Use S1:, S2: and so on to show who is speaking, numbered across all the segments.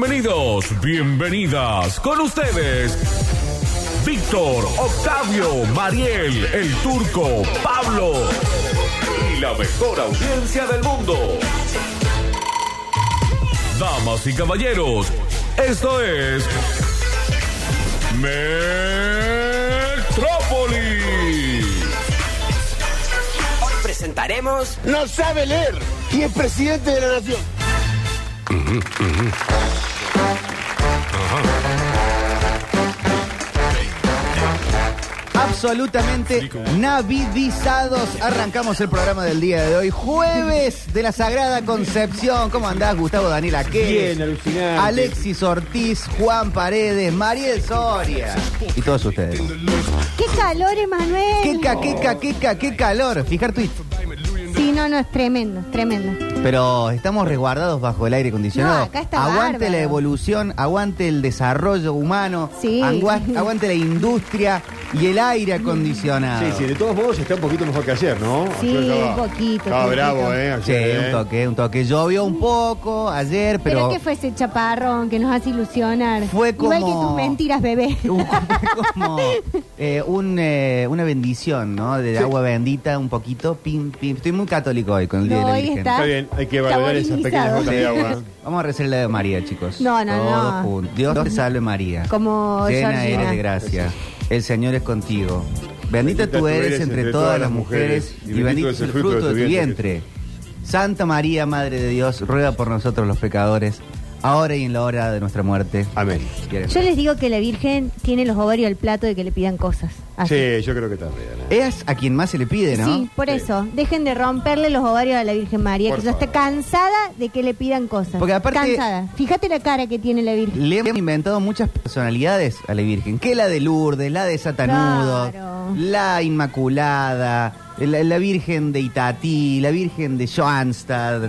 S1: Bienvenidos, bienvenidas con ustedes. Víctor, Octavio, Mariel, el turco, Pablo y la mejor audiencia del mundo. Damas y caballeros, esto es Metrópolis.
S2: Hoy presentaremos
S3: no sabe leer y es presidente de la nación.
S4: absolutamente navidizados. Arrancamos el programa del día de hoy, jueves de la Sagrada Concepción. ¿Cómo andás, Gustavo Daniel Aquel?
S5: Bien, alucinante.
S4: Alexis Ortiz, Juan Paredes, Mariel Soria y todos ustedes.
S6: ¡Qué calor, Emanuel!
S4: Queca, queca, queca, qué calor. Fijar tweet.
S6: Sí, no, no, es tremendo, es tremendo.
S4: Pero estamos resguardados bajo el aire acondicionado.
S6: No, acá está
S4: aguante
S6: bárbaro.
S4: la evolución, aguante el desarrollo humano,
S6: Sí.
S4: angua- aguante la industria y el aire acondicionado.
S5: Sí, sí, de todos modos está un poquito mejor que ayer, ¿no?
S6: Sí,
S5: Ayer estaba-
S6: un poquito,
S5: Estaba
S6: un
S5: bravo,
S6: poquito.
S5: ¿eh? Ayer,
S4: Sí, un
S5: ¿eh?
S4: toque, un toque. Llovió un poco ayer,
S6: Pero,
S4: pero.
S6: qué fue ese chaparrón que nos hace ilusionar.
S4: Fue
S6: Igual que
S4: como-
S6: tus mentiras, bebé.
S4: un- fue como eh, un, eh, una bendición, ¿no? De agua bendita, un poquito. Pim, pim. Estoy muy católico hoy con el Día
S6: No,
S4: de la
S6: hoy
S4: Virgen.
S5: Está bien, hay que valorar esas pequeñas
S6: Taborinizado.
S5: gotas de agua.
S4: Vamos a rezar el de María, chicos.
S6: No, no,
S4: Todos
S6: no.
S4: juntos. Dios te salve María.
S6: Como
S4: Llena
S6: Georgina.
S4: eres de gracia. El Señor es contigo. Bendita, tú eres entre todas las mujeres y bendito, es el fruto de tu vientre. Santa María, Madre de Dios, ruega por nosotros los pecadores, ahora y en la hora de nuestra muerte.
S5: Amén.
S4: Y amén.
S6: Yo les digo que la Virgen tiene los ovarios al plato de que le pidan cosas. Así.
S5: Sí, yo creo que también. ¿eh?
S4: Es a quien más se le pide, ¿no?
S6: Sí, por
S5: Sí.
S6: eso. Dejen de romperle los ovarios a la Virgen María,
S5: Por
S6: que ya está
S5: favor.
S6: cansada de que le pidan cosas.
S4: Porque aparte-
S6: Cansada. Fíjate la cara que tiene la Virgen.
S4: Le hemos inventado muchas personalidades a la Virgen, que la de Lourdes, la de Satanudo,
S6: Claro.
S4: la Inmaculada, la, la Virgen de Itatí, la Virgen de Joanstad.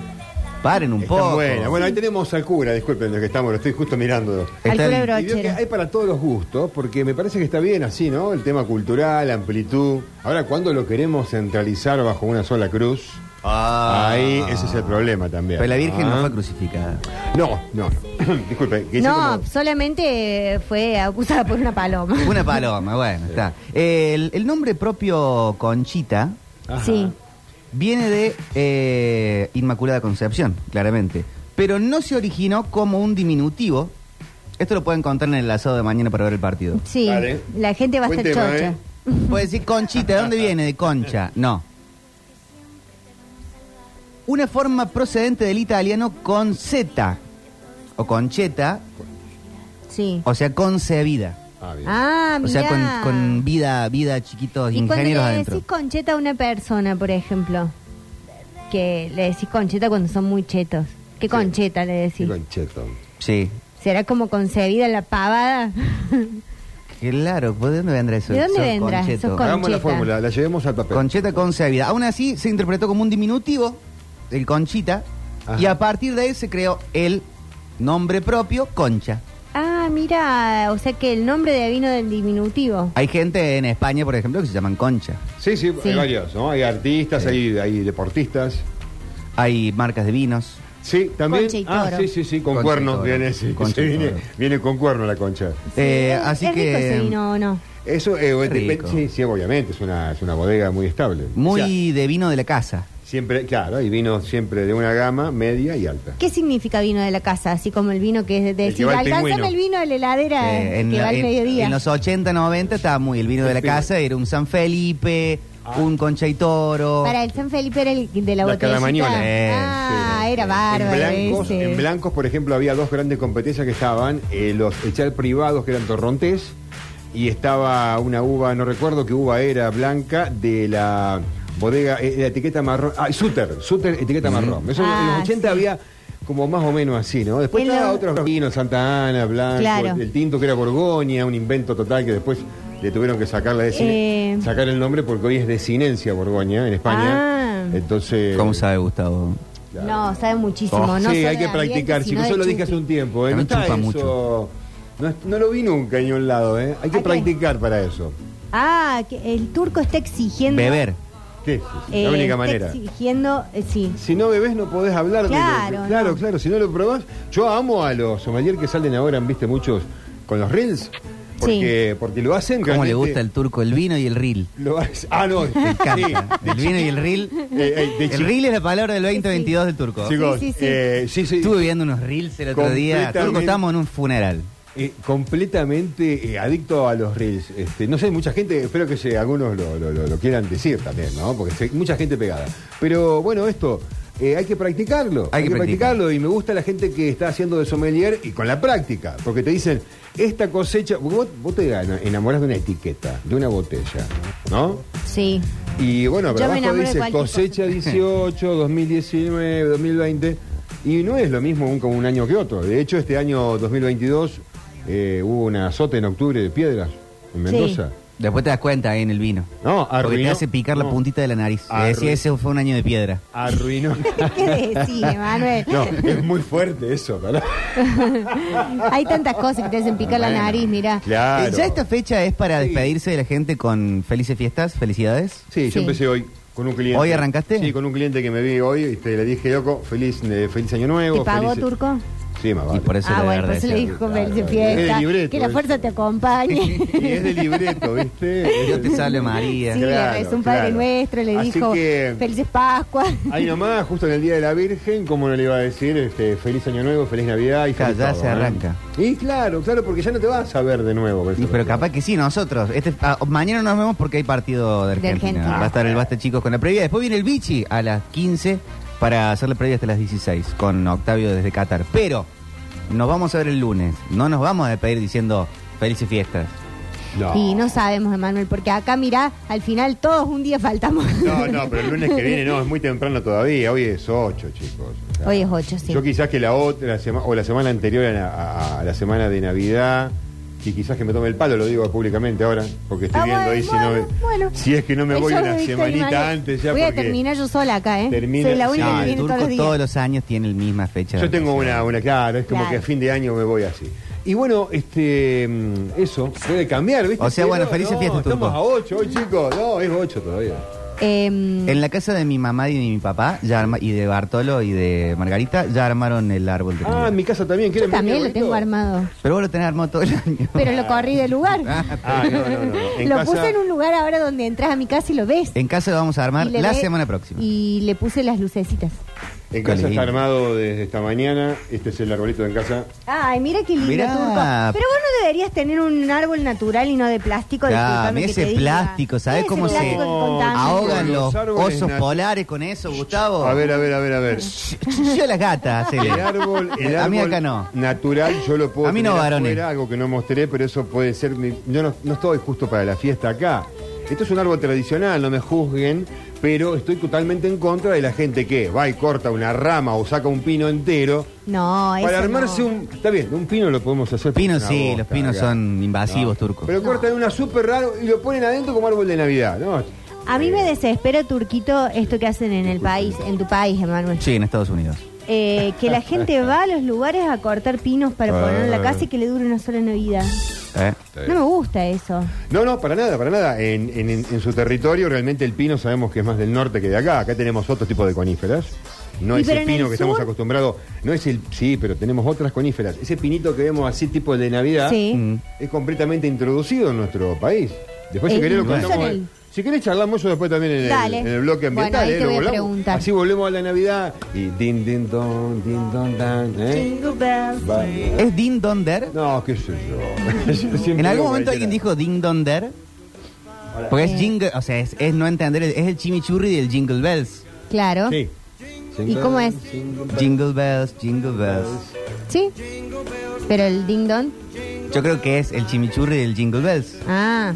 S4: Paren un
S5: Está
S4: poco.
S5: buena. Bueno, ahí tenemos al cura, disculpen, lo que estamos, lo estoy justo mirando.
S6: Al
S4: Está el-
S6: culebro.
S5: Y veo que
S6: Brochero.
S5: hay para todos los gustos, porque me parece que está bien así, ¿no? El tema cultural, amplitud. Ahora, cuando lo queremos centralizar bajo una sola cruz,
S4: Ah.
S5: ahí ese es el problema también.
S4: Pero la Virgen no
S5: Ah.
S4: fue crucificada.
S5: No, no, no. Disculpe. que hice
S6: No,
S5: como-
S6: solamente fue acusada por una paloma.
S4: Una paloma, bueno, está. El, el nombre propio Conchita
S5: Ajá.
S6: Sí.
S4: viene de eh, Inmaculada Concepción, claramente. Pero no se originó como un diminutivo. Esto lo pueden encontrar en el asado de mañana para ver el partido.
S6: Sí,
S5: Dale.
S6: la pues, gente va a
S5: Buen
S6: estar
S5: tema,
S6: chocha.
S5: ¿eh?
S4: Puede decir conchita, ¿de dónde viene? De concha. No. Una forma procedente del italiano conceta o concheta,
S6: Sí.
S4: o sea, concebida.
S5: Ah, bien.
S6: Ah,
S4: O
S6: mira.
S4: sea, con, con vida, vida chiquitos
S6: Y cuando le
S4: ingenieros adentro.
S6: decís concheta a una persona, por ejemplo, que le decís concheta cuando son muy chetos. ¿Qué concheta le
S5: Qué
S6: decís?
S5: concheto.
S4: Sí.
S6: ¿Será como concebida la pavada?
S4: Claro, ¿de dónde vendrá eso?
S6: ¿De dónde
S4: Eso,
S6: vendrá?
S4: concheto.
S6: Eso es con-
S5: Hagamos la
S6: Concheta.
S5: fórmula, la llevemos al papel.
S4: Concheta concebida. Aún así se interpretó como un diminutivo, el conchita,
S5: Ajá.
S4: y a partir de ahí se creó el nombre propio, concha.
S6: ah, mira, o sea que el nombre de vino del diminutivo.
S4: Hay gente en España, por ejemplo, que se llaman concha.
S5: Sí, sí,
S6: Sí.
S5: hay varios, ¿no? Hay artistas, hay, hay deportistas.
S4: Hay marcas de vinos.
S5: Sí, también.
S6: Concha y
S5: ah,
S6: toro.
S5: sí, sí, sí, con
S4: Concha y
S5: cuernos
S4: toro.
S5: viene, sí,
S4: Concha y
S5: sí, viene,
S4: toro.
S5: viene con cuerno la concha.
S4: Eh,
S6: Sí,
S4: así
S6: ¿es rico
S4: que-
S6: ese vino o no?
S5: Eso eh, depende-
S4: rico.
S5: sí, sí, obviamente, es una, es una bodega muy estable.
S4: Muy
S5: O sea,
S4: de vino de la casa.
S5: siempre, claro, hay vino siempre de una gama media y alta.
S6: ¿Qué significa vino de la casa? Así como el vino que es de
S5: El que
S6: decir,
S5: va al
S6: alcánzame
S5: pingüino".
S6: el vino de la heladera
S4: Eh, en,
S6: que
S4: la-
S6: va al
S4: en-
S6: mediodía.
S4: en los 80, 90 estaba muy el vino de la
S5: Espera.
S4: casa, era un San Felipe,
S5: Ah.
S4: un Concha y Toro.
S6: Para el San Felipe era el de la,
S5: La
S6: botella.
S5: calamañola.
S4: Eh,
S6: Ah,
S4: sí.
S6: era bárbaro
S5: En blancos,
S6: ese.
S5: en blancos, por ejemplo, había dos grandes competencias que estaban eh, los echar privados, que eran torrontés, y estaba una uva, no recuerdo qué uva era, blanca, de la bodega, eh, de la etiqueta marrón. Ah, Suter, Suter, etiqueta marrón. Eso, en
S6: Ah,
S5: los 80
S6: sí.
S5: había como más o menos así, ¿no? Después
S6: En
S5: estaba
S6: lo-
S5: otros vinos, Santa Ana, blanco,
S6: Claro.
S5: el tinto que era Borgoña, un invento total que después le tuvieron que sacar, la desin-
S6: Eh.
S5: sacar el nombre porque hoy es desinencia Borgoña en España.
S6: Ah.
S5: Entonces...
S4: ¿Cómo sabe Gustavo?
S5: Claro.
S6: No, sabe muchísimo.
S5: Oh,
S6: no
S5: sí,
S6: solo
S5: hay
S6: de
S5: que
S6: ambiente,
S5: practicar,
S6: sino
S5: chicos. Eso
S6: de
S5: lo dije hace
S6: chupi.
S5: un tiempo, ¿eh?
S4: También
S5: No está eso-
S4: chupa mucho.
S5: No, es- no lo vi nunca en ningún lado, ¿eh? Hay que
S6: ¿A qué?
S5: practicar para eso.
S6: Ah, que el turco está exigiendo.
S4: Beber.
S5: Sí, sí, sí, la
S6: eh,
S5: única
S6: está
S5: manera.
S6: exigiendo, eh, sí.
S5: Si no bebés no podés hablar de
S6: Claro,
S5: lo- Claro,
S6: no.
S5: claro, si no lo probás. Yo amo a los sommelier que salen ahora, viste, muchos con los reels. Porque, porque lo hacen
S4: ¿Cómo le
S5: realmente-
S4: gusta al turco el vino y el reel?
S5: Lo hace- ah, no.
S4: Me encanta. El vino y el reel.
S5: Eh, eh, de
S4: El
S5: chico-
S4: reel es la palabra del 2022 del turco.
S5: chicos,
S6: Sí, sí, sí.
S5: eh, sí, sí.
S4: Estuve viendo unos reels el otro día.
S5: Completamente.
S4: Turco, estábamos en un funeral.
S5: Eh, completamente eh, adicto a los reels. Este, no sé, mucha gente, espero que se- algunos lo, lo- lo- lo quieran decir también, ¿no? Porque se- mucha gente pegada. Pero bueno, esto, eh, hay que practicarlo.
S4: Hay que practicar.
S5: practicarlo. Y me gusta la gente que está haciendo de sommelier y con la práctica. Porque te dicen, esta cosecha. porque Vos, vos te enamoras de una etiqueta, de una botella, ¿no?
S6: Sí.
S5: Y bueno, pero
S6: Yo me
S5: abajo
S6: enamoro de
S5: dice
S6: cualquier
S5: cosecha
S6: cosa.
S5: 18, 2019, 2020. Y no es lo mismo un, como un año que otro. De hecho, este año 2022 eh, hubo una azote en octubre de piedras en
S6: Sí.
S5: Mendoza.
S4: Después te das cuenta ahí en el vino.
S5: No,
S4: Porque te
S5: arruinó-
S4: hace picar
S5: no.
S4: la puntita de la nariz. Le
S5: Arruinó.
S4: decía, ese fue un año de piedra.
S5: Arruinó.
S6: ¿Qué decís, Manuel?
S5: no, es muy fuerte eso, ¿verdad?
S6: Hay tantas cosas que te hacen picar la
S4: Bueno.
S6: nariz, mirá.
S5: Claro.
S4: Eh, Ya esta fecha es para
S5: Sí.
S4: despedirse de la gente con felices fiestas, felicidades.
S5: Sí,
S6: Sí.
S5: yo empecé hoy con un cliente.
S4: ¿Hoy arrancaste?
S5: Sí, con un cliente que me vi hoy y le dije, loco, feliz, eh, feliz año nuevo.
S6: ¿Te pagó,
S5: felices-
S6: Turco?
S5: Sí, más
S4: Y
S5: vale.
S4: por eso
S6: ah,
S4: le
S6: bueno, por
S4: agradezco.
S6: eso le dijo
S5: Claro,
S6: feliz
S5: claro. Es
S6: fiesta.
S5: de libreto,
S6: que la
S5: es.
S6: fuerza te acompañe.
S5: Y es de libreto, ¿viste?
S4: Dios te salve María.
S6: Sí,
S5: Claro,
S6: es un padre
S5: claro.
S6: nuestro, le
S5: Así
S6: dijo
S5: que-
S6: felices Pascua.
S5: Ahí nomás, justo en el Día de la Virgen, como no le iba a decir, este, feliz Año Nuevo, feliz Navidad y
S4: Claro,
S5: feliz
S4: ya
S5: todo,
S4: se
S5: ¿eh?
S4: arranca.
S5: Y claro, claro, porque ya no te vas a ver de nuevo. con
S4: Y,
S5: eso.
S4: pero capaz que sí, nosotros. Este, ah, mañana nos vemos porque hay partido de
S6: De
S4: Argentina.
S6: Argentina.
S4: Va a estar el Basta Chicos con la previa. Después viene el Bichi a las 15 para hacer la previa hasta las 16 con Octavio desde Qatar. Pero nos vamos a ver el lunes. No nos vamos a despedir diciendo felices fiestas.
S5: No.
S6: Y no sabemos, Emanuel, porque acá, mirá, al final todos un día faltamos.
S5: no, no, pero el lunes que viene no, es muy temprano todavía. Hoy es 8, chicos. O sea,
S6: Hoy es 8, sí.
S5: Yo quizás que la otra semana, o la semana anterior a, la- a la semana de Navidad, y quizás que me tome el palo, lo digo públicamente ahora, porque estoy
S6: Ah,
S5: viendo
S6: bueno,
S5: ahí si,
S6: bueno,
S5: no me-
S6: bueno.
S5: si es que no me
S6: El
S5: voy
S6: show de
S5: una
S6: Víctor
S5: semanita
S6: Emanuel.
S5: antes ya.
S6: Voy a
S5: porque-
S6: terminar yo sola acá, ¿eh?
S5: Termina-
S6: Soy la única
S5: Sí,
S6: que
S4: No, el
S6: viene todos
S4: turco
S6: los días.
S4: todos los años tiene la misma fecha. de
S5: Yo tengo
S4: vacaciones.
S5: una, una claro, es como
S6: Claro.
S5: que a fin de año me voy así. Y bueno, este mm, eso, puede cambiar, ¿viste?
S4: O sea,
S5: Pero
S4: bueno, felices
S5: no,
S4: fiestas, Turco.
S5: Estamos a 8 hoy, chicos. No, es 8 todavía.
S6: Em,
S4: En la casa de mi mamá y de mi papá ya arma- y de Bartolo y de Margarita ya armaron el árbol de
S5: Ah,
S4: Navidad.
S5: en mi casa también.
S6: yo
S5: ¿quieren venir,
S6: también lo
S5: bonito?
S6: tengo armado.
S4: Pero vos lo tenés armado todo el año.
S6: Pero lo corrí del lugar.
S5: Ah, no, no, no. En
S6: lo
S5: casa-
S6: puse en un lugar ahora donde entras a mi casa y lo ves.
S4: En casa lo vamos a armar
S6: Y le
S4: la
S6: ve-
S4: semana próxima.
S6: Y le puse las lucecitas.
S5: En casa
S4: Qué
S5: está
S4: lindo.
S5: armado desde esta mañana. Este es el arbolito de en casa.
S6: Ay, mira qué lindo,
S4: Mirá.
S6: Turco. Pero vos no deberías tener un árbol natural y no de plástico.
S4: Claro,
S6: disculpame que
S4: ese
S6: te diga.
S4: plástico, ¿sabés
S6: Ese
S4: cómo se
S6: plástico que contaban?
S4: Ahogan
S5: Los
S4: los,
S5: árboles
S4: osos
S5: nat-
S4: polares con eso, Gustavo.
S5: A ver, a ver, a ver, a ver.
S4: Yo las gatas, hacele.
S5: El árbol, el
S4: A mí
S5: árbol
S4: acá no.
S5: natural yo lo puedo
S4: A mí no,
S5: tener
S4: varones.
S5: afuera, algo que no mostré, pero eso puede ser... mi- yo no, no estoy justo para la fiesta acá. Esto es un árbol tradicional, no me juzguen, pero estoy totalmente en contra de la gente que va y corta una rama o saca un pino entero.
S6: No, eso
S5: Para armarse
S6: no.
S5: un... Está bien, un pino lo podemos hacer.
S4: Pinos
S5: una
S4: sí,
S5: bosta
S4: los pinos
S5: acá.
S4: son invasivos,
S5: No,
S4: turcos.
S5: Pero cortan una súper raro y lo ponen adentro como árbol de Navidad, ¿no?
S6: A mí me desespera, Turquito, esto que hacen en el país, en tu país, Emanuel.
S4: Sí, en Estados Unidos.
S6: Eh, que la gente va a los lugares a cortar pinos para
S5: Ah.
S6: poner en la casa y que le dure una sola Navidad.
S4: ¿Eh?
S6: No me gusta eso.
S5: No, no, para nada, para nada. En, en- en- en su territorio realmente el pino sabemos que es más del norte que de acá. Acá tenemos otro tipo de coníferas. No
S6: Y
S5: es
S6: pero
S5: el
S6: en el
S5: pino que estamos
S6: sur-
S5: acostumbrados. No es el. Sí, pero tenemos otras coníferas. Ese pinito que vemos así tipo de Navidad
S6: Sí.
S4: Mm.
S5: es completamente introducido en nuestro país. Después, si
S6: Eh,
S5: querés, lo
S6: incluso
S5: contamos.
S6: en el-
S5: Si querés, charlamos eso después también en, el,
S6: Dale.
S5: en el bloque
S6: Bueno,
S5: ambiental.
S6: ahí
S5: eh,
S6: te
S5: lo
S6: voy a
S5: volvamos.
S6: preguntar.
S5: Así volvemos a la Navidad. Y din, din, don, din, don, dan. ¿eh?
S6: Jingle bells.
S5: Va.
S4: ¿Es Ding Donder?
S5: No, qué sé yo. Yo siempre
S4: ¿En algún
S5: digo
S4: momento
S5: cualquiera.
S4: alguien dijo Ding Donder? Porque es jingle, o sea, es, es no entender, el- es el chimichurri del Jingle Bells.
S6: Claro.
S5: Sí.
S6: ¿Y cómo es?
S4: Jingle Bells, Jingle Bells.
S6: Sí. Pero el ding dong.
S4: Yo creo que es el chimichurri del Jingle Bells.
S6: Ah.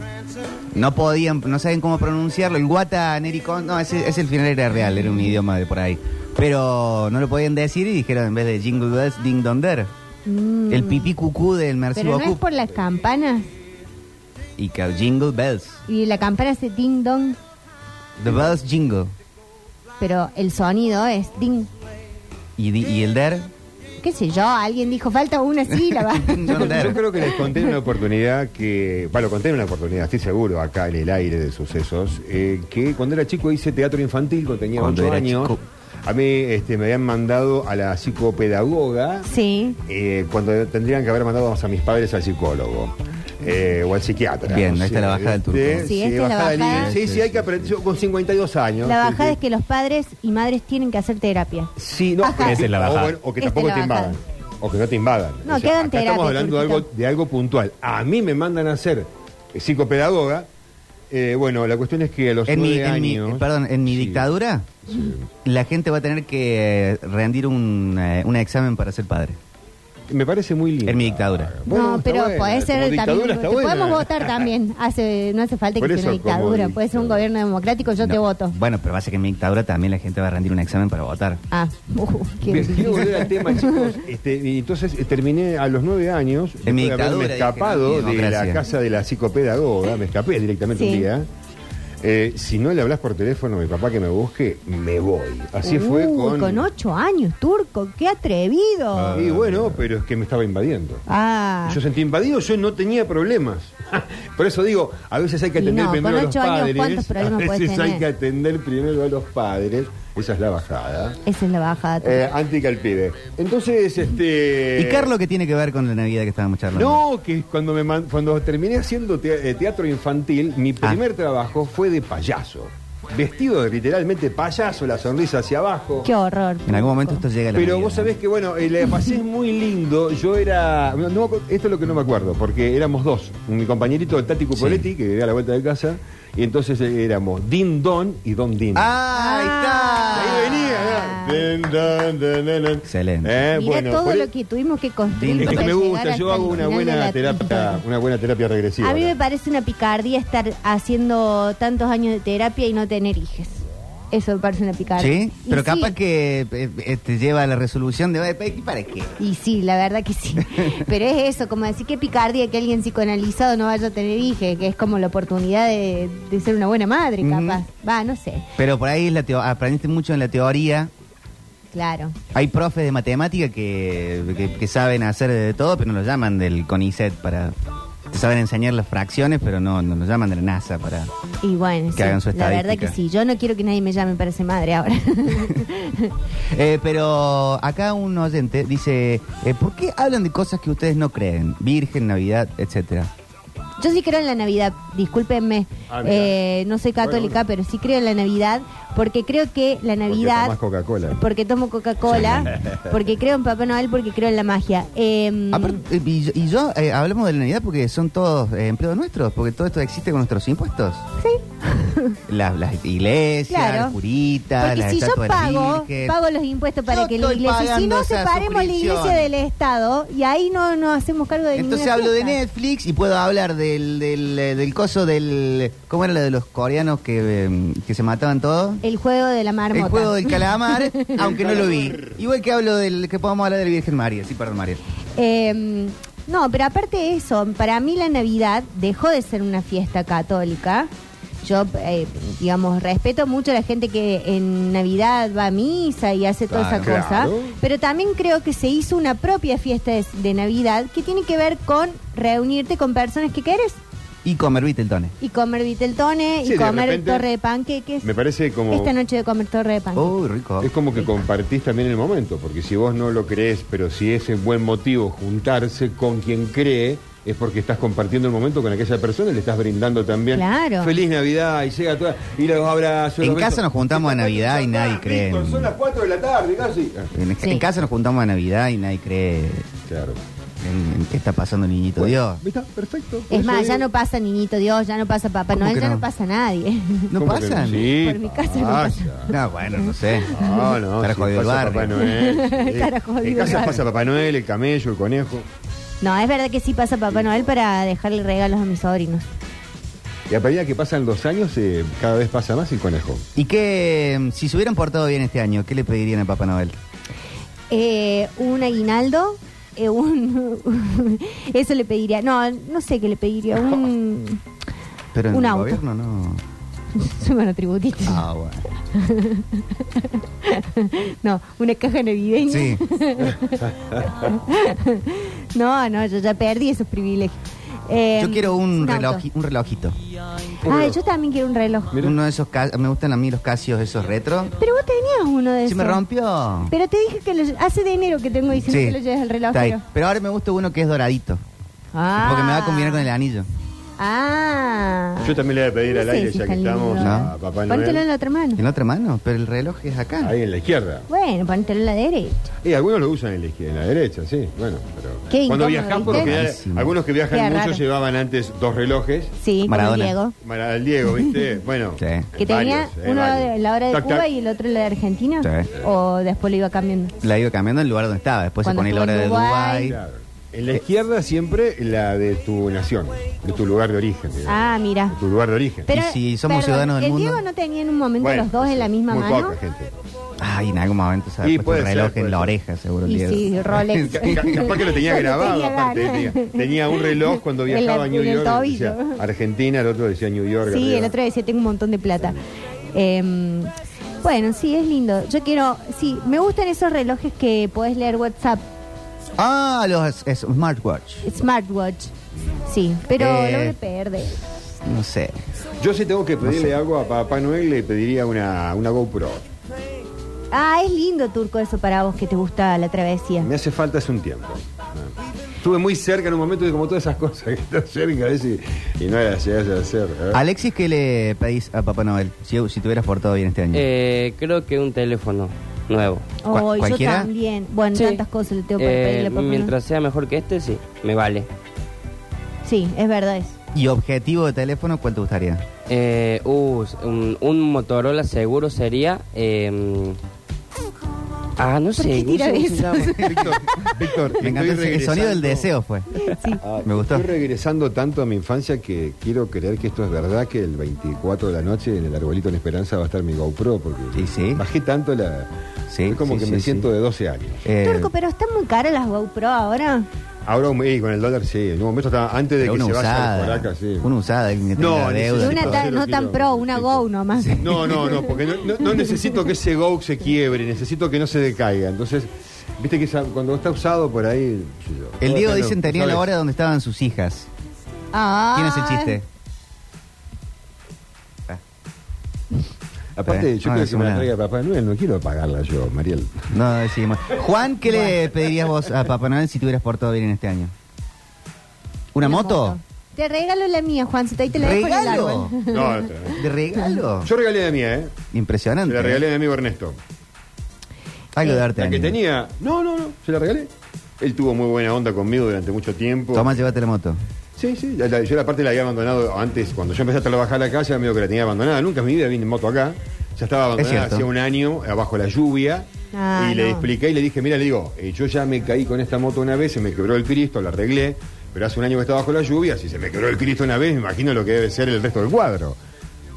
S4: No podían, no saben cómo pronunciarlo. El guata nericón, no, ese, ese el final era real, era un idioma de por ahí. Pero no lo podían decir y dijeron en vez de jingle bells, ding donder.
S6: Mm.
S4: El pipí cucú del Merci
S6: Pero no es
S4: Beaucoup.
S6: por las campanas.
S4: Y que jingle bells.
S6: Y la campana hace ding dong.
S4: The bells jingle.
S6: Pero el sonido es ding.
S4: Y, di- y el der,
S6: qué sé yo, alguien dijo, falta una sílaba.
S5: Yo creo que les conté en una oportunidad que. Bueno, conté en una oportunidad, estoy seguro, acá en el aire de sucesos, eh, que cuando era chico hice teatro infantil, cuando tenía
S4: Cuando
S5: 8
S4: era
S5: años.
S4: chico.
S5: A mí este, me habían mandado a la psicopedagoga
S6: sí.
S5: eh, cuando tendrían que haber mandado a mis padres al psicólogo. eh, o al psiquiatra.
S4: Bien, esta es la bajada del turco.
S5: Este,
S6: Sí, esta es la
S5: bajada de
S6: bajada.
S5: línea. Sí, sí, hay que aprender. Yo con 52 años.
S6: La
S5: sí,
S6: bajada
S5: sí.
S6: es que los padres y madres tienen que hacer terapia.
S5: Sí, no,
S6: Ajá. Esa
S1: es la bajada.
S5: O, bueno, o que
S6: Esta
S5: tampoco
S6: es
S5: te
S6: la bajada.
S5: invadan. O que no te invadan.
S6: No, queda en
S5: acá
S6: terapia,
S5: Estamos hablando de algo,
S6: Turquito.
S5: de algo puntual. A mí me mandan a ser eh, psicopedagoga. Eh, bueno, la cuestión es que a los
S4: En mi,
S5: nueve
S4: en mi-
S5: años.
S4: perdón, en mi
S5: Sí.
S4: dictadura, la gente va a tener que eh, rendir un, eh, un examen para ser padre.
S5: Me parece muy lindo.
S4: En mi dictadura.
S6: no, pero puede ser también. te podemos votar también. Hace, no hace falta
S5: Por
S6: que sea una
S5: eso, como
S6: dictadura.
S5: dice-
S6: Puede ser un gobierno democrático, yo te
S4: No.
S6: voto.
S4: Bueno, pero va a ser que en mi dictadura también la gente va a rendir un examen para votar.
S6: Ah, uh, qué
S5: Bien, eh,
S6: difícil.
S5: quiero volver al tema, chicos. Este, y entonces eh, terminé a los nueve años,
S4: En mi
S5: después de haberme
S4: dictadura, dije,
S5: escapado
S4: no,
S5: de la
S4: democracia.
S5: casa de la psicopedagoga, me escapé directamente
S6: Sí.
S5: un día. Eh, si no le hablas por teléfono a mi papá que me busque, me voy. Así fue
S6: Uy,
S5: con.
S6: Uh, Con ocho años, turco, qué atrevido. Ah,
S5: Y bueno, pero es que me estaba invadiendo. Yo sentí invadido, yo no tenía problemas. Por eso digo, a veces hay que
S6: Y
S5: atender
S6: no,
S5: primero
S6: con
S5: a los
S6: ocho años,
S5: padres.
S6: ¿cuántos problemas
S5: a
S6: podés
S5: veces hay
S6: tener?
S5: que atender primero a los padres. Esa es la bajada.
S6: esa es la bajada. turco.
S5: Eh, antica el pibe. Entonces, este.
S4: ¿Y Carlos qué tiene que ver con la Navidad que estábamos charlando?
S5: No, que cuando me man- cuando terminé haciendo te- eh, teatro infantil, mi
S4: Ah.
S5: primer trabajo fue de payaso. Vestido de literalmente payaso, la sonrisa hacia abajo.
S6: qué horror.
S4: En algún momento
S6: turco.
S4: esto llega a la
S5: Pero
S4: Navidad,
S5: vos
S4: ¿no?
S5: sabés que, bueno, eh, la pasé muy lindo. Yo era. no, no me acu- esto es lo que no me acuerdo, porque éramos dos. Mi compañerito, el Tati Cupoletti, que vivía a la vuelta de casa, y entonces eh, éramos Din Don y Don Din.
S4: ¡Ah,
S5: Ahí
S4: ahí está!
S5: venía, ¿eh? Din Don, dun, dun, dun.
S4: Excelente.
S5: Eh,
S6: Mira
S5: bueno,
S6: todo
S5: por
S6: lo
S5: e-
S6: que tuvimos que construir.
S4: Lindo.
S5: Es
S6: para
S5: que me
S6: llegar
S5: gusta,
S6: hasta
S5: yo hago
S6: el
S5: una
S6: final de
S5: buena
S6: la
S5: terapia,
S6: temporada.
S5: una buena terapia regresiva.
S6: A mí me parece una picardía estar haciendo tantos años de terapia y no tener hijes. Eso me parece una picardía.
S4: Sí,
S6: Y
S4: pero
S6: sí,
S4: capaz que eh, eh, te lleva a la resolución de "Eh, ¿para qué?
S6: Y sí, la verdad que sí. Pero es eso, como decir que picardía que alguien psicoanalizado no vaya a tener hijes, que es como la oportunidad de, de ser una buena madre, capaz. Va, no sé,
S4: Pero por ahí es la teo- aprendiste mucho en la teoría.
S6: claro.
S4: Hay profes de matemática que, que- que saben hacer de todo, pero no los llaman del CONICET para... Te saben enseñar las fracciones, pero no, no los llaman de la NASA para...
S6: Y bueno,
S4: Que
S6: sí,
S4: hagan su
S6: la verdad que
S4: estadística.
S6: sí. Yo no quiero que nadie me llame para ser madre ahora.
S4: Eh, pero acá un oyente dice, eh, ¿por qué hablan de cosas que ustedes no creen? Virgen, Navidad, etcétera.
S6: Yo sí creo en la Navidad, discúlpenme,
S5: Ah, mirá.
S6: eh, no soy católica, pero sí creo en la Navidad, porque creo que la Navidad...
S5: tomás Coca-Cola.
S6: Porque tomo Coca-Cola, porque creo en Papá Noel, porque creo en la magia. Em,
S4: Aparte, eh, y yo, y yo, eh, hablamos de la Navidad porque son todos eh, empleados nuestros, porque todo esto existe con nuestros impuestos. Sí. Las, las iglesias,
S6: Claro.
S4: las curitas,
S6: porque
S4: las
S6: si yo
S4: estatuas de la
S6: pago,
S4: Virgen.
S6: pago los impuestos para
S4: Yo
S6: que la
S4: estoy
S6: iglesia... Si
S4: pagando
S6: no,
S4: esa
S6: separemos la
S4: suscripción.
S6: iglesia del Estado y ahí no nos hacemos cargo de
S4: Entonces
S6: ninguna
S4: hablo de
S6: fiesta.
S4: Netflix y puedo hablar del, del, eh, del coso del... ¿Cómo era la de los coreanos que, eh, que se mataban todos?
S6: El juego de la Eh, marmota.
S4: El juego del calamar, aunque no lo vi. Igual que hablo del que podemos hablar de la Virgen María. Sí, perdón, María.
S6: Eh, no, pero aparte de eso, para mí la Navidad dejó de ser una fiesta católica. Yo, eh, digamos, respeto mucho a la gente que en Navidad va a misa y hace toda esa
S5: Claro.
S6: cosa,
S5: Claro.
S6: pero también creo que se hizo una propia fiesta de, de Navidad que tiene que ver con reunirte con personas que querés
S4: Y comer Viteltones.
S6: y comer viteltones
S5: Sí, de
S6: y comer
S5: repente,
S6: torre de panqueques.
S5: Me parece como.
S6: Esta noche de comer torre de panqueques.
S4: Uy, rico.
S5: Es como que compartís también el momento, porque si vos no lo crees, pero si es el buen motivo juntarse con quien cree, es porque estás compartiendo el momento con aquella persona y le estás brindando también.
S6: Claro.
S5: Feliz Navidad y llega toda. Y los abrazos.
S4: En
S5: los
S4: casa
S5: besos.
S4: nos juntamos a Navidad y nadie cree en-
S5: Son las 4 de la tarde casi. Ah,
S4: En,
S6: Sí.
S4: en casa nos juntamos a Navidad y nadie cree
S5: Claro.
S4: en, en qué está pasando el niñito Dios.
S5: Está perfecto. Por
S6: Es
S5: eso
S6: más,
S5: digo-
S6: ya no pasa Niñito Dios, ya no pasa Papá
S4: ¿Cómo
S6: Noel,
S4: que
S6: ya
S4: no?
S6: no pasa nadie.
S4: ¿No
S5: ¿Cómo que
S4: pasan?
S5: Sí,
S6: Por mi casa no
S5: pasa.
S4: No, bueno, no sé.
S5: No, Ah, no.
S4: Estará
S5: sí,
S4: jodido el
S5: pasa
S4: barrio.
S5: Papá Noel. sí.
S6: Estará jodido
S5: En
S6: el
S5: casa
S6: barrio.
S5: pasa Papá Noel, el camello, el conejo.
S6: No, es verdad que sí pasa Papá Noel para dejarle regalos a mis sobrinos.
S5: Y a medida que pasan los años, eh, cada vez pasa más el conejo.
S4: ¿Y qué, si se hubieran portado bien este año, qué le pedirían a Papá Noel?
S6: Eh, un aguinaldo, eh, un... eso le pediría. No, no sé qué le pediría. Un...
S4: Pero en
S6: Un
S4: el
S6: auto.
S4: gobierno no.
S6: Soy monotributista.
S4: Ah, bueno.
S6: No, una caja navideña.
S4: Sí.
S6: No, no, yo ya perdí esos privilegios. Eh,
S4: Yo quiero un,
S6: auto.
S4: reloji- un relojito.
S6: Ah, yo también quiero un reloj.
S5: Mira.
S4: Uno de esos ca- me gustan a mí los casios esos retro.
S6: Pero vos tenías uno de esos.
S4: Se me rompió.
S6: Pero te dije que lo- hace de enero que tengo diciendo que lo lleves el reloj.
S4: Está ahí. Pero ahora me gusta uno que es doradito.
S6: Ah.
S4: Porque me va a combinar con el anillo.
S6: Ah.
S5: Yo también le voy a pedir
S6: No
S5: al
S6: sé
S5: aire,
S6: si
S5: ya
S6: está
S5: que estamos,
S6: lindo.
S5: a Papá
S6: Póntelo en
S5: Noel.
S6: la otra mano.
S4: En la otra mano, pero el reloj es acá.
S5: Ahí en la izquierda.
S6: Bueno, póntelo en la derecha.
S5: Y algunos lo usan en la izquierda, en la derecha, sí. Bueno, pero.
S6: Qué
S5: cuando
S6: incómodo,
S5: viajan,
S6: ¿viste?
S5: por lo general,
S4: Malísimo.
S5: algunos que viajan
S6: Queda
S5: mucho
S6: raro.
S5: llevaban antes dos relojes.
S6: Sí, como
S4: Maradona.
S6: Diego.
S5: Para el Diego, ¿viste? Bueno,
S4: Sí.
S6: Que tenía
S5: varios, eh,
S6: uno
S5: varios.
S6: de la hora de
S5: Tac,
S6: Cuba
S5: tac.
S6: y el otro la de Argentina.
S4: Sí.
S6: O después lo iba cambiando.
S4: La iba cambiando en el lugar donde estaba. Después
S6: Cuando
S4: se pone la hora
S6: estuvo
S4: de
S6: en
S4: Dubai.
S6: Dubái.
S5: Claro. En la izquierda siempre la de tu nación, de tu lugar de origen. digamos.
S6: Ah, mira.
S5: De tu lugar de origen.
S6: Pero,
S4: ¿Y si somos ciudadanos del
S6: ¿el
S4: mundo?
S6: Diego no tenía en un momento
S5: Bueno, pues
S6: los dos en la misma
S5: muy
S6: mano?
S5: poca gente.
S4: Ay, en algún momento se ha
S5: Y
S4: puesto
S5: puede
S4: el
S5: ser,
S4: reloj
S5: puede
S4: en la
S5: ser.
S4: oreja, seguro. el
S6: Y
S4: Diego.
S6: sí, Rolex.
S5: Ca- ca- Capaz que lo tenía
S6: Lo
S5: grabado,
S6: tenía
S5: aparte.
S6: ganas.
S5: Tenía, tenía un reloj cuando
S6: En la-
S5: viajaba a New
S6: en el
S5: York.
S6: tobillo.
S5: decía Argentina, el otro decía New York.
S6: Sí,
S5: arriba.
S6: el otro decía, tengo un montón de plata. Eh, bueno, sí, es lindo. Yo quiero, sí, me gustan esos relojes que podés leer WhatsApp,
S4: Ah, los es- smartwatch.
S6: smartwatch. Sí, pero
S4: Eh.
S6: lo voy a perder.
S4: No sé.
S5: Yo si tengo que pedirle
S4: sé.
S5: algo a Papá Noel, le pediría una, una GoPro.
S6: Ah, es lindo, Turco, eso para vos que te gusta la travesía.
S5: Me hace falta hace un tiempo. Ah. Estuve muy cerca en un momento de como todas esas cosas que están cerca a veces y no las llegas a hacer. ¿eh?
S4: Alexis, ¿qué le pedís a Papá Noel si, si te hubieras portado bien este año?
S7: Eh, creo que un teléfono nuevo.
S4: ¿Cuál-
S6: Oh, y yo
S4: cualquiera?
S6: también. Bueno,
S7: Sí.
S6: tantas cosas le tengo para
S7: Eh,
S6: pedirle a Papá Noel.
S7: Mientras sea mejor que este, sí, me vale.
S6: Sí, es verdad eso.
S4: ¿Y objetivo de teléfono cuál te gustaría?
S7: Eh, uh, un, un Motorola seguro sería. eh, ah, no sé.
S6: qué
S7: no sé
S6: tira
S7: cómo se
S6: eso?
S7: llama.
S5: Víctor, Víctor, estoy
S4: Me encantó ese- el sonido
S5: regresando-
S4: del deseo fue.
S6: Sí.
S5: Ah,
S4: Me gustó.
S5: Estoy regresando tanto a mi infancia que quiero creer que esto es verdad, que el 24 de la noche en el arbolito en Esperanza va a estar mi GoPro, porque
S4: Sí, sí.
S5: bajé tanto la...
S4: Sí,
S5: es como
S4: sí,
S5: que
S4: sí,
S5: me
S4: sí.
S5: siento de 12 años.
S4: Eh,
S6: Turco, pero están muy caras las GoPro ahora.
S5: Ahora eh, con el dólar, sí. En un momento estaba antes de
S4: pero
S5: que
S4: una
S5: se vaya
S4: usada.
S5: el Foraca, sí.
S4: Una usada. alguien que
S5: No,
S4: tenga
S5: necesito-
S6: Y
S4: deuda.
S5: Sí,
S6: una
S5: pero
S6: ta-
S5: sí lo
S6: no
S5: quiero.
S6: tan pro, una
S5: Sí.
S6: Go nomás.
S5: No, no, no, porque no, no- no necesito que ese Go se quiebre, necesito que no se decaiga. Entonces, viste que esa- cuando está usado por ahí... qué sé yo.
S4: El Diego
S5: Ahora,
S4: dicen tenía la
S5: ¿sabes?
S4: hora donde estaban sus hijas.
S6: Ah.
S4: ¿Quién es el chiste?
S5: Aparte,
S4: Eh,
S5: yo quiero
S4: no,
S5: que
S4: decime
S5: me la
S4: nada.
S5: traiga Papá Noel, no quiero pagarla yo, Mariel.
S4: No decimos. Juan, ¿qué le pedirías vos a Papá Noel si te hubieras portado bien en este año? ¿Una, moto?
S6: Te regalo la mía, Juancito, ahí te la dejo en el
S4: ¿Regalo?
S6: árbol.
S5: No, no, no.
S4: ¿De regalo?
S5: Yo regalé la mía, ¿eh? Se
S4: Impresionante.
S5: la regalé a mi amigo Ernesto.
S4: Algo de arte.
S5: La que
S4: Daniel.
S5: tenía. No, no, no, se la regalé. Él tuvo muy buena onda conmigo durante mucho tiempo.
S4: Toma, llévate la moto.
S5: Sí, sí. la- la- yo la parte la había abandonado antes, cuando yo empecé a trabajar acá, ya medio que la tenía abandonada. Nunca en mi vida vine en moto acá. Ya estaba abandonada
S4: cierto.
S5: hacía un año, abajo la lluvia.
S6: Ah,
S5: y le
S6: no.
S5: expliqué y le dije, mira, le digo, eh, yo ya me caí con esta moto una vez, se me quebró el Cristo, la arreglé, pero hace un año que está bajo la lluvia, si se me quebró el Cristo una vez, me imagino lo que debe ser el resto del cuadro.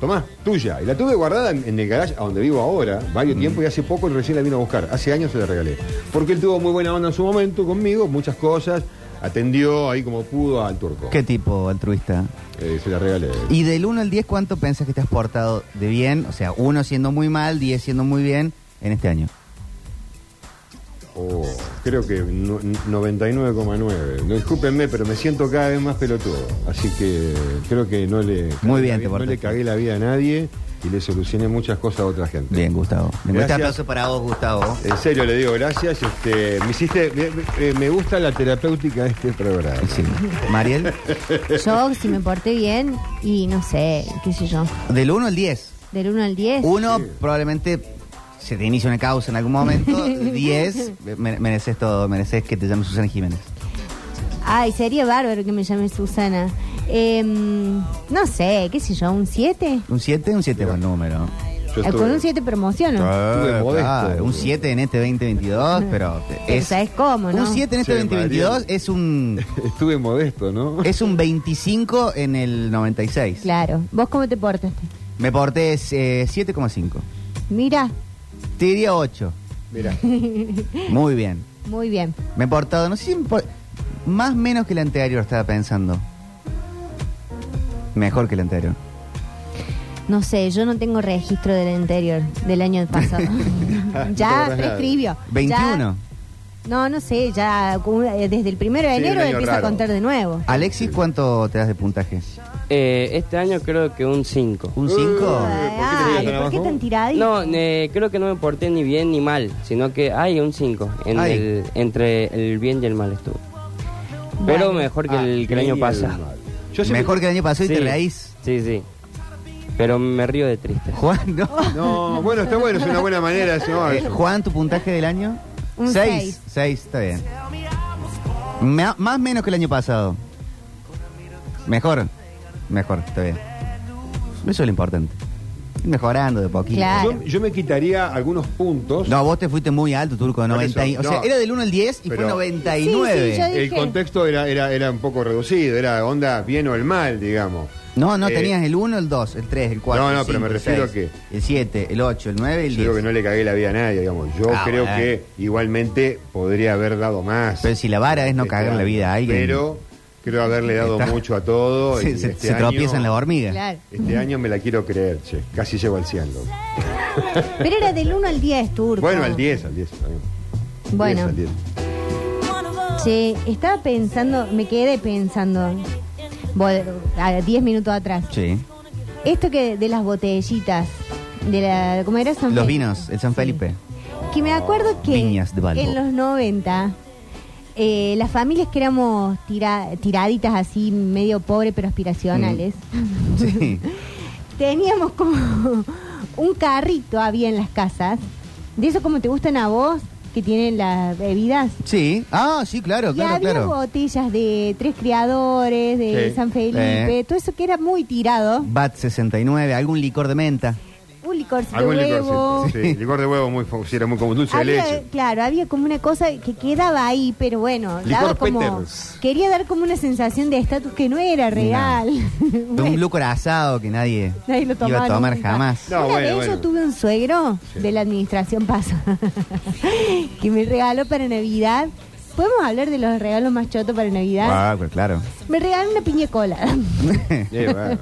S5: Tomás, tuya. Y la tuve guardada en, en el garage a donde vivo ahora, varios
S4: Mm.
S5: tiempo, y hace poco recién la vino a buscar. Hace años se la regalé. Porque él tuvo muy buena onda en su momento conmigo, muchas cosas, atendió ahí como pudo al turco.
S4: ¿Qué tipo altruista?
S5: Eh, se la regalé.
S4: Y del 1 al 10, ¿cuánto pensás que te has portado de bien? O sea, 1 siendo muy mal, 10 siendo muy bien en este año.
S5: Oh, creo que no- 99,9. No, discúlpenme, pero me siento cada vez más pelotudo. Así que creo que no le,
S4: Muy bien,
S5: la vida-
S4: te
S5: no
S4: portaste.
S5: le cagué la vida a nadie y le solucioné muchas cosas a otra gente.
S4: Bien, Gustavo. Bien, Este
S5: Gracias.
S4: aplauso para vos, Gustavo.
S5: En serio le digo gracias. Este, me hiciste, me, me- me gusta la terapéutica de este programa.
S4: Sí. Mariel,
S6: Yo, si me porté bien, y no sé, qué sé yo,
S4: del 1 al 10.
S6: del 1 al 10.
S4: 1 probablemente se te inicia una causa en algún momento. 10, me- mereces todo, mereces que te llame Susana Jiménez.
S6: Ay, sería bárbaro que me llame Susana. Em, no sé, qué sé yo, un 7.
S4: Un 7, un 7 buen número.
S5: Yo estuve-
S6: Con un 7 promociono.
S4: Ah,
S5: modesto.
S4: claro, un 7 en este 2022, pero,
S6: Pero sabes cómo, ¿no?
S4: Un 7 en este
S5: Che,
S4: 2022
S5: Mariel.
S4: es un
S5: Estuve modesto, ¿no?
S4: es un 25 en el 96.
S6: Claro. ¿Vos cómo te portaste?
S4: Me porté eh, 7,5.
S6: Mira,
S4: Te diría 8.
S5: Mira,
S4: Muy bien.
S6: muy bien.
S4: Me he portado, no sé si me por- más menos que el anterior estaba pensando. Mejor que el anterior.
S6: No sé, yo no tengo registro del anterior, del año pasado.
S5: No te
S6: ya
S5: acordás
S6: prescribió. Ya-
S4: 21.
S6: no, no sé, ya cu- eh, desde el primero de
S5: Sí,
S6: enero
S5: un año
S6: empieza
S5: raro.
S6: a contar de nuevo.
S4: Alexis, ¿cuánto te das de puntaje?
S7: Eh, este año creo que un 5.
S4: ¿Un
S5: Eh,
S4: 5?
S5: ¿por qué te
S6: Ay,
S5: llegas tan
S6: ¿por qué
S5: abajo?
S6: tan tiradito?
S7: No, eh, creo que no me porté ni bien ni mal, sino que hay un 5 en
S4: Ay.
S7: el- entre el bien y el mal estuvo. Pero
S6: Bueno.
S7: mejor que
S5: Ah,
S7: el, que el año
S5: bien,
S7: pasado.
S5: mal. Yo siempre-
S4: Mejor que el año pasado y
S7: Sí.
S4: te reís.
S7: Sí, sí. Pero me río de triste.
S4: Juan, no.
S5: No, bueno, está bueno, es una buena manera. señor.
S4: Eh, Juan, ¿tu puntaje del año?
S6: Un
S4: Seis.
S6: seis.
S4: Seis, está bien. Ma- más menos que el año pasado. Mejor. Mejor, está bien. Eso es lo importante. Ir Mejorando de poquito.
S6: Claro.
S5: yo, yo me quitaría algunos puntos.
S4: No, vos te fuiste muy alto, Turco,
S5: eso,
S4: 90 y- O sea,
S5: no.
S4: era del 1 al 10 y
S5: Pero-
S4: fue 99.
S6: Sí, sí, yo
S5: El
S6: dije-
S5: contexto era, era, era un poco reducido, era onda bien o el mal, digamos.
S4: No, no,
S5: Eh,
S4: tenías el 1, el 2, el 3, el 4.
S5: No, no,
S4: el
S5: pero me
S4: cinco, el
S5: refiero
S4: seis, El 7, el 8, el 9 y el
S5: Yo creo que
S4: 10.
S5: no le cagué la vida a nadie, digamos. Yo
S4: Ah,
S5: creo
S4: bueno.
S5: que igualmente podría haber dado más.
S4: Pero si la vara es no
S5: Este
S4: cagar la
S5: año.
S4: vida a alguien.
S5: Pero creo haberle dado
S4: Está-
S5: mucho a todo.
S4: se,
S5: y
S4: se-
S5: este
S4: se
S5: año-
S4: tropiezan las hormigas.
S6: Claro.
S5: Este año me la quiero creer, che. Casi llego al 100. loco.
S6: Pero era del 1 al 10, Turco.
S5: Bueno, al 10, al 10. está bien.
S6: Bueno.
S5: 10, al 10.
S6: Che, estaba pensando, me quedé pensando vol- a 10 minutos atrás.
S4: Sí.
S6: Esto que de las botellitas, de la, ¿cómo era San
S4: Los
S6: Fe-
S4: vinos, el San Felipe.
S6: Que me acuerdo que
S4: Viñas de Balbo.
S6: en los 90, eh, las familias que éramos tira- tiraditas así, medio pobres pero aspiracionales,
S4: Mm. Sí.
S6: teníamos como un carrito había en las casas. De eso como te gustan a vos, que tienen las bebidas.
S4: Sí. Ah, sí, claro,
S6: y
S4: claro,
S6: había
S4: claro.
S6: botellas de Tres Criadores, de
S5: Sí.
S6: San Felipe,
S4: Eh.
S6: todo eso que era muy tirado.
S4: Bat 69, algún licor de menta.
S6: Un licorcito de
S5: Algún
S6: huevo.
S5: licor, sí. sí, Licor de huevo muy, fa- sí, era muy como dulce de
S6: Había,
S5: leche.
S6: Claro, había como una cosa que quedaba ahí, pero bueno, daba
S5: Licor
S6: como.
S5: Peters.
S6: Quería dar como una sensación de estatus que no era real.
S4: De un lucro asado que nadie,
S6: Nadie lo tomaba
S4: iba a tomar
S6: nunca.
S4: jamás.
S5: No,
S6: una
S5: bueno,
S6: vez
S5: bueno.
S6: yo tuve un suegro de la administración pasa que me regaló para Navidad. ¿Podemos hablar de los regalos más chotos para Navidad?
S4: Ah, pero claro.
S6: Me regaló una piña colada.
S5: Sí, bueno, bueno.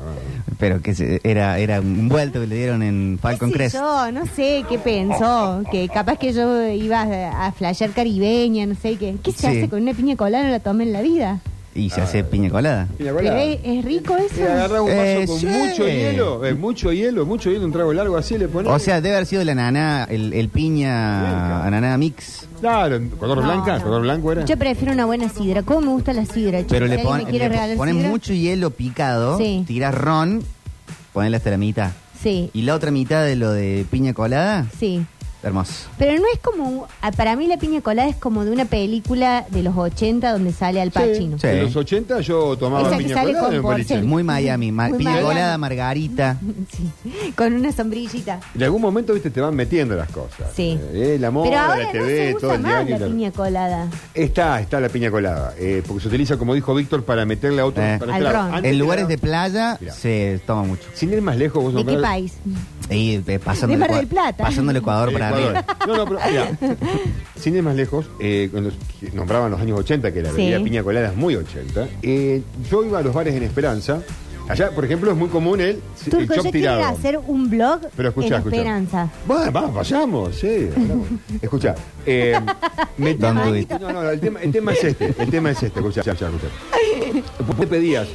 S4: pero que se- era, era un vuelto que le dieron en Falcon
S6: ¿Qué
S4: Crest.
S6: sé yo? No sé qué pensó. Que capaz que yo iba a, a flashear caribeña, no sé qué. ¿Qué se
S4: Sí.
S6: hace con una piña colada? No la tomé en la vida.
S4: Y se hace piña colada.
S5: Y la
S6: Pero
S5: verdad,
S6: es, es rico eso.
S5: eh, agarrás un vaso
S4: Eh,
S5: con
S4: sí.
S5: mucho hielo, eh, mucho hielo, mucho hielo, un trago largo así le pones.
S4: O sea, debe haber sido la naná, el, el piña, ananá mix.
S5: claro, color
S6: No,
S5: blanca,
S6: no.
S5: color blanco era.
S6: Yo prefiero una buena sidra. ¿Cómo me gusta la sidra? chicos?
S4: Pero le,
S6: Si
S4: pon-
S6: alguien me quiere
S4: le
S6: regalar
S4: ponen
S6: sidra,
S4: mucho hielo picado,
S6: Sí.
S4: tirás ron, ponele hasta la mitad.
S6: Sí,
S4: Y la otra mitad de lo de piña colada,
S6: sí.
S4: hermoso.
S6: Pero no es como. un- ah, Para mí la piña colada es como de una película de los 80 donde sale Al Pacino.
S4: Sí.
S5: En los 80 yo tomaba
S6: Esa que
S5: piña
S6: sale
S5: colada
S6: con
S5: en el boliche.
S6: porcel.
S4: Muy Miami, ma-
S6: Muy
S4: piña
S6: Miami. Mm,
S4: colada, margarita.
S6: Sí, Con una sombrillita.
S5: En algún momento, viste, te van metiendo las cosas.
S6: Sí.
S5: Eh, el amor,
S6: Pero ahora
S5: la
S6: no se
S5: TV, todo
S6: usa
S5: el
S6: más
S5: diario.
S6: la
S5: y la-
S6: piña colada.
S5: Está, está la piña colada. eh, porque se utiliza, como dijo Víctor, para meterle a otro.
S4: Eh.
S5: para
S6: Al
S5: claro,
S6: ron.
S5: antes
S4: En lugares
S5: era-
S4: de playa
S5: Mirá.
S4: se toma mucho.
S5: Sin ir más lejos, vos
S6: ¿De qué
S5: nombrás-
S6: país?
S4: Y eh, pasando,
S6: De
S4: el
S6: Mar del
S4: Ecua-
S6: Plata.
S4: pasando el Ecuador
S5: Eh,
S4: para
S5: Ecuador.
S4: arriba.
S5: No, no, pero mira, sin ir más lejos, eh, con los que nombraban los años 80, que la
S6: Sí.
S5: bebida piña colada es muy 80. eh, yo iba a los bares en Esperanza. Allá, por ejemplo, es muy común el, el
S6: Turco, yo
S5: chop
S6: quiero
S5: tirado.
S6: ir a hacer un blog
S5: Pero escuchá,
S6: en
S5: escuchá.
S6: Esperanza.
S5: Bueno, vamos, vayamos, sí. hablamos. Escucha, eh, me-
S4: Don Luis.
S5: no, no, el tema, el tema es este, el tema es este, escucha, escucha, escucha. Vos Te pedías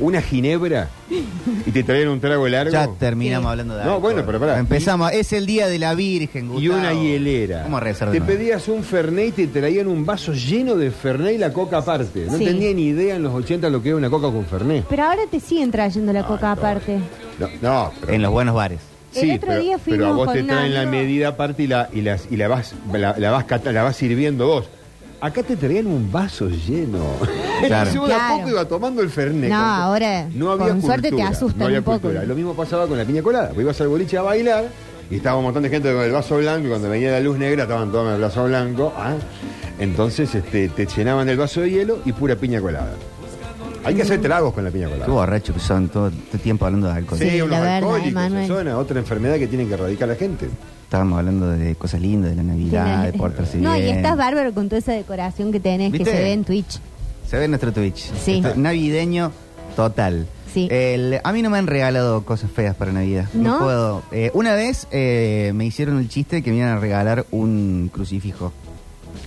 S5: una ginebra y te traían un trago largo.
S4: Ya terminamos
S6: Sí.
S4: hablando de
S5: No,
S4: alcohol.
S5: bueno, pero pará.
S4: Empezamos, es el día de la Virgen,
S5: Y
S4: Gustavo.
S5: una hielera.
S4: ¿Cómo rezar de
S5: Te
S4: nuevo?
S5: pedías un Fernet y te traían un vaso lleno de Fernet y la coca aparte. No
S6: Sí.
S5: tenía ni idea en los 80 lo que era una coca con Fernet.
S6: Pero ahora te siguen trayendo la coca
S5: Ah, no.
S6: aparte.
S5: No, no pero-
S4: En los buenos bares.
S6: El otro día fuimos
S5: pero a vos
S6: con
S5: te
S6: un
S5: traen la
S6: amigo.
S5: medida aparte y la, y las, y la vas, la, la vas cata- la vas sirviendo vos. Acá te traían un vaso lleno.
S4: Claro.
S5: Yo de a
S6: Claro.
S5: poco iba tomando el fernet.
S6: No,
S5: Con-
S6: ahora,
S5: no había
S6: con suerte te
S5: cultura,
S6: asustan
S5: no había
S6: un poco.
S5: cultura. Lo mismo pasaba con la piña colada. Vos ibas al boliche a bailar y estaba un montón de gente con el vaso blanco y cuando venía la luz negra estaban tomando el vaso blanco. ¿ah? Entonces este, te llenaban el vaso de hielo y pura piña colada. Hay que hacer tragos con la piña colada.
S4: Qué borracho que son todo el tiempo hablando de alcohol.
S5: Sí,
S6: Sí,
S5: unos
S6: la verdad,
S5: alcohólicos,
S6: Emanuel.
S5: esa zona, otra enfermedad que tienen que erradicar la gente.
S4: Estábamos hablando de cosas lindas, de la Navidad, de portarse
S6: no, y
S4: bien.
S6: estás bárbaro con toda esa decoración que tenés
S4: ¿Viste?
S6: que se ve en Twitch.
S4: Se ve en nuestro Twitch.
S6: Sí.
S4: Está navideño total.
S6: Sí.
S4: El- a mí no me han regalado cosas feas para Navidad. No,
S6: ¿No?
S4: puedo. Eh, una vez eh, me hicieron el chiste que me iban a regalar un crucifijo.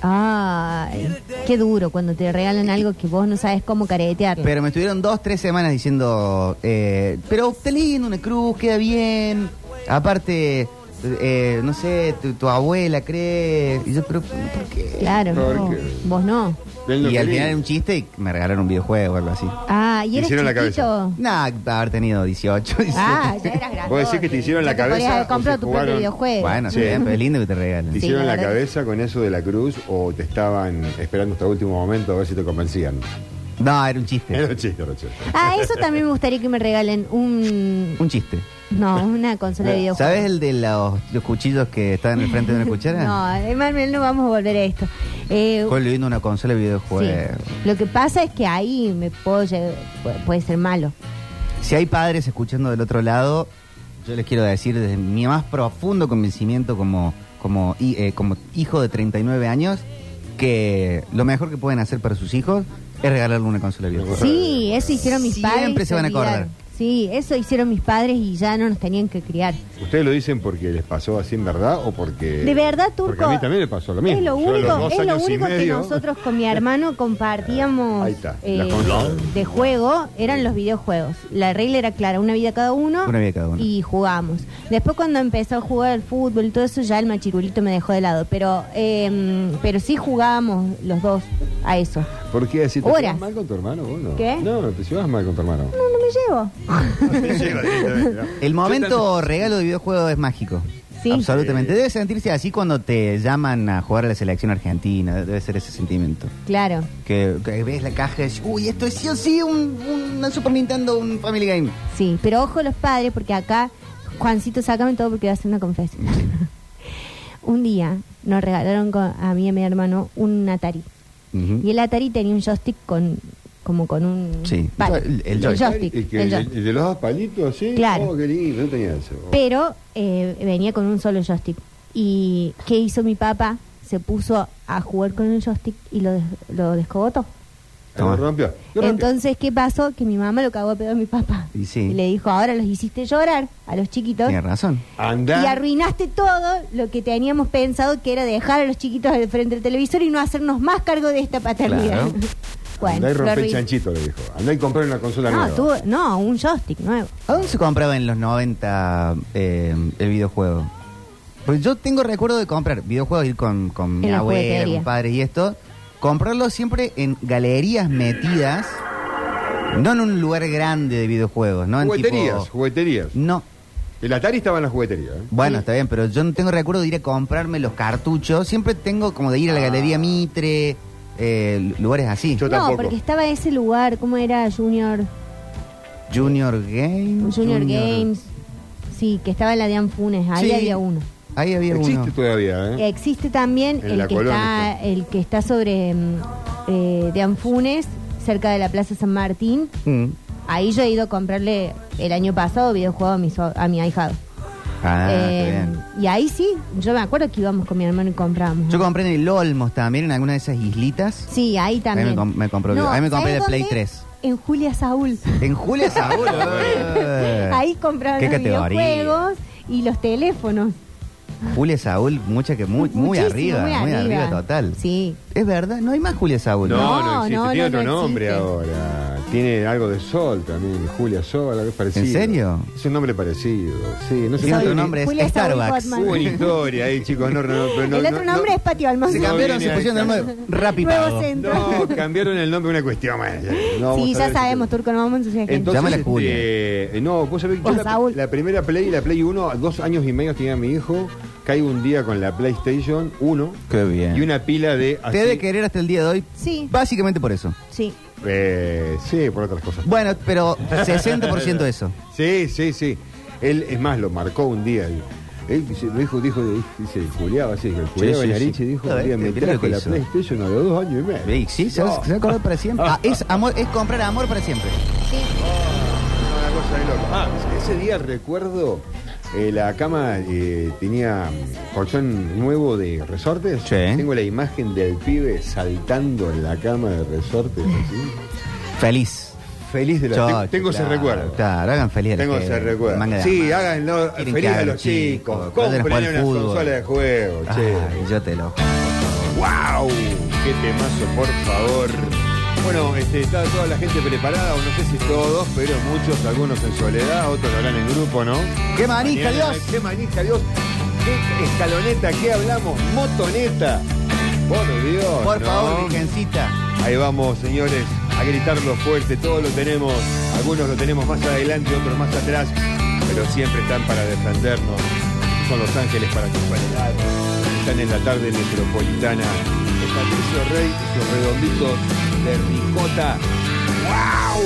S6: Ay, qué duro cuando te regalan algo que vos no sabes cómo caretearlo.
S4: Pero me estuvieron dos, tres semanas diciendo, eh, pero está lindo una cruz, queda bien. Aparte, eh, no sé, tu, tu abuela cree. Y yo, pero ¿por qué?
S6: claro, no.
S5: Porque-
S6: vos no.
S5: Él no
S4: Y al
S5: quería.
S4: final era un chiste y me regalaron un videojuego o algo así.
S6: Ah, y
S5: Te
S6: eres
S5: hicieron la
S6: chiquito.
S4: Nada, haber tenido 18.
S6: Oh. Ah,
S4: 17.
S6: ya eras grande.
S5: ¿Vos decís que te hicieron la cabeza
S6: Podrías haber
S5: o
S6: comprado
S5: se
S6: tu
S5: jugaron?
S6: propio videojuego.
S4: Bueno,
S5: Sí.
S4: siempre es lindo que te regalen.
S5: ¿Te
S6: Sí,
S5: hicieron
S6: la
S5: la,
S6: verdad
S5: cabeza con eso de la cruz o te estaban esperando hasta último momento a ver si te convencían?
S4: No, era un chiste.
S5: Era un chiste, era un chiste.
S6: Ah, eso también me gustaría que me regalen un...
S4: Un chiste.
S6: No, una consola de videojuegos.
S4: ¿Sabes el de los, los cuchillos que están en el frente de una cuchara?
S6: No, eh, Manuel, no vamos a volver a esto. Eh,
S4: Joder, le vino una consola de
S6: sí.
S4: videojuegos.
S6: Lo que pasa es que ahí me puedo lle- pu- puede ser malo.
S4: Si hay padres escuchando del otro lado, yo les quiero decir desde mi más profundo convencimiento como, como, hi- eh, como hijo de 39 años que lo mejor que pueden hacer para sus hijos es regalarle una consola de videojuegos.
S6: Sí, eso hicieron mis
S4: Siempre
S6: padres. y
S4: se van a acordar.
S6: olvidaron. Sí, eso hicieron mis padres y ya no nos tenían que criar.
S5: ¿Ustedes lo dicen porque les pasó así en verdad o porque.?
S6: De verdad, Turco.
S5: Eh, Porque a mí también me pasó lo mismo.
S6: Es lo
S5: Yo a los
S6: único,
S5: dos
S6: es lo
S5: años y
S6: único que
S5: medio-
S6: nosotros con mi hermano compartíamos eh,
S5: Ahí está, la consola.
S6: de juego, eran los videojuegos. La regla era clara, una vida cada uno.
S4: Una vida cada uno.
S6: Y jugamos. Después cuando empezó a jugar al fútbol y todo eso, ya el machirulito me dejó de lado. Pero, eh, pero sí jugábamos los dos a eso.
S5: ¿Por qué así? ¿Te
S6: Horas.
S5: llevas mal con tu hermano vos no?
S6: ¿Qué?
S5: No, te llevas mal con tu hermano.
S6: No, no me llevo.
S4: El momento regalo de videojuego es mágico.
S6: Sí.
S4: Absolutamente. Debe sentirse así cuando te llaman a jugar a la selección argentina. Debe ser ese sentimiento.
S6: Claro.
S4: Que, que ves la caja y decís, uy, esto es sí o sí un, una Super Nintendo, un Family Game.
S6: Sí, pero ojo los padres, porque acá, Juancito, sácame todo porque voy a hacer una confesión. un día nos regalaron con- a mí y a mi hermano un Atari.
S4: Ujú.
S6: Y el Atari tenía un joystick con como con un
S4: Sí,
S6: palo.
S4: el- el
S6: joystick.
S5: El, que-
S6: el
S5: el-
S6: joystick.
S5: el de los dos palitos, sí.
S6: Claro.
S5: Oh, qué lindo, no tenía eso.
S6: Pero eh, venía con un solo joystick. ¿Y qué hizo mi papá? Se puso a jugar con el joystick y lo, des- lo descogotó.
S5: Ah, Lo rompió. Lo rompió.
S6: Entonces, ¿qué pasó? Que mi mamá lo cagó a pedo a mi papá.
S4: Y sí.
S6: le dijo, ahora los hiciste llorar a los chiquitos.
S4: Tienes razón.
S5: Andá.
S6: Y arruinaste todo lo que teníamos pensado que era dejar a los chiquitos al frente del televisor y no hacernos más cargo de esta paternidad.
S4: Claro.
S6: bueno,
S5: Andá y
S6: lo
S5: rompe el
S6: arruiné.
S5: chanchito, le dijo. Andá y comprar una consola
S6: no,
S5: nueva.
S6: tuvo- no, un joystick nuevo.
S4: ¿A dónde se compraba en los 90 eh, el videojuego? Pues yo tengo recuerdo de comprar videojuegos, ir con, con mi
S6: En la
S4: abuela,
S6: juguetería.
S4: con padres y esto. Comprarlos siempre en galerías metidas, no en un lugar grande de videojuegos, ¿no? En
S5: Jugueterías,
S4: tipo-
S5: jugueterías.
S4: No.
S5: El Atari estaba en la juguetería. ¿eh?
S4: Bueno, está bien, pero yo no tengo recuerdo de ir a comprarme los cartuchos. Siempre tengo como de ir a la galería Mitre, eh, lugares así.
S5: Yo
S6: no,
S5: tampoco.
S6: porque estaba ese lugar, ¿cómo era? Junior,
S4: Junior Games.
S6: Junior, Games. Sí, que estaba en la de Anfunes, ahí
S4: Sí.
S6: había uno.
S4: Ahí había
S5: Existe
S4: uno.
S5: todavía, ¿eh?
S6: Existe también
S5: En
S6: el
S5: la
S6: que,
S5: colonia
S6: está, el que está sobre mm, eh, de Anfunes, cerca de la Plaza San Martín.
S4: Mm.
S6: Ahí yo he ido a comprarle el año pasado videojuegos a mi, so- a mi ahijado.
S4: Ah,
S6: Eh,
S4: está bien.
S6: y ahí sí, yo me acuerdo que íbamos con mi hermano y compramos.
S4: Yo compré en el Olmos también, en alguna de esas islitas.
S6: sí, ahí también.
S4: Ahí me com- me compró video. Ahí me compré
S6: ¿sabes
S4: el Play
S6: dónde?
S4: 3.
S6: En Julia Saúl.
S4: En Julia Saúl. eh.
S6: ahí compraban
S4: ¿Qué
S6: los
S4: categoría?
S6: videojuegos y los teléfonos.
S4: Julia Saúl, mucha que muy, muy
S6: Muchísimo,
S4: arriba, muy, arriba. total.
S6: Sí.
S4: Es verdad, no hay más Julia Saúl. ¿no?
S5: No, no,
S6: No,
S5: existe.
S6: no,
S5: Tiene
S6: no,
S5: otro
S6: no
S5: nombre
S6: existe.
S5: ahora. Tiene algo de sol también. Julia Sol, algo parecido.
S4: ¿En serio?
S5: Es un nombre parecido. Sí, no sé
S4: Tiene
S5: si-
S4: otro nombre,
S6: Julia
S4: es
S6: Saúl
S4: Starbucks.
S6: Gottman.
S5: Hubo una historia ahí, chicos. No, no, no, no,
S6: el otro
S5: no,
S6: nombre
S5: no.
S6: es Patio Almanza.
S4: Se
S5: No
S4: cambiaron,
S5: viene
S4: se
S5: ahí,
S4: pusieron de
S5: claro.
S4: nuevo Rapipago.
S6: Nuevo centro.
S5: No, cambiaron el nombre de una cuestión más. No,
S6: sí,
S5: vamos a
S6: ya
S5: ver
S6: sabemos,
S5: si-
S6: Turco, no vamos a ensuciar gente.
S5: Entonces,
S4: Llámala
S5: este,
S4: Julia.
S5: eh, no, vos sabés que yo
S6: O
S5: la,
S6: Saúl.
S5: la primera Play, la Play 1, a dos años y medio tenía mi hijo. Caigo un día con la PlayStation 1
S4: Qué bien.
S5: y una pila de. así,
S4: Te debe querer hasta el día de hoy.
S6: Sí.
S4: Básicamente por eso.
S6: Sí.
S5: eh, sí, por otras cosas.
S4: Bueno, pero 60% eso.
S5: Sí, sí, sí. Él, es más, lo marcó un día. Él, él dice- me dijo, dijo, dice, Juliaba, sí, el Juliaba
S4: sí,
S5: en
S4: sí.
S5: dijo,
S4: Ah,
S5: un día
S4: este,
S5: me
S4: mirá lo
S5: trajo
S4: que
S5: la
S4: hizo.
S5: PlayStation a los dos años y medio.
S4: Sí, sí, se va,
S5: No,
S4: se va a acordar para siempre. Ah, es amor, es comprar amor para siempre.
S5: una cosa de loco. Ah, ese día recuerdo, eh, la cama eh, tenía mm, colchón nuevo de resortes.
S4: Sí.
S5: Tengo la imagen del pibe saltando en la cama de resortes, así,
S4: Feliz.
S5: feliz de los
S4: Chocho,
S5: Ten- Tengo ese
S4: claro,
S5: recuerdo.
S4: Claro, hagan feliz a la
S5: Tengo
S4: gente,
S5: ese recuerdo.
S4: manga de
S5: Sí,
S4: amar.
S5: háganlo
S4: Quieren
S5: feliz
S4: que
S5: a
S4: hagan
S5: los chicos.
S4: vayan a jugar
S5: Compren una
S4: al fútbol.
S5: consola de juego, che.
S4: Ay, yo te lo.
S5: ¡Wow! ¡Qué temazo, por favor! Bueno, este, está toda la gente preparada, o no sé si todos, pero muchos, algunos en soledad, otros lo harán en grupo, ¿no?
S4: ¡Qué manija,
S5: Mañana,
S4: Dios!
S5: ¡Qué manija, Dios! ¡Qué escaloneta! ¿Qué hablamos? ¡Motoneta! ¡Por Dios!
S4: Por
S5: ¿no?
S4: favor, virgencita.
S5: Ahí vamos, señores, a gritarlo fuerte. Todos lo tenemos. Algunos lo tenemos más adelante, otros más atrás. Pero siempre están para defendernos. Son los ángeles para acompañarnos. Están en la tarde metropolitana. Es Patricio Rey y sus redonditos de ricota. ¡Wow!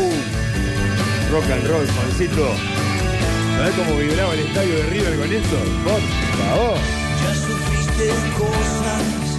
S5: Rock and roll, Juancito. ¿Sabés cómo vibraba el estadio de River con esto? Por favor.
S8: Ya sufriste cosas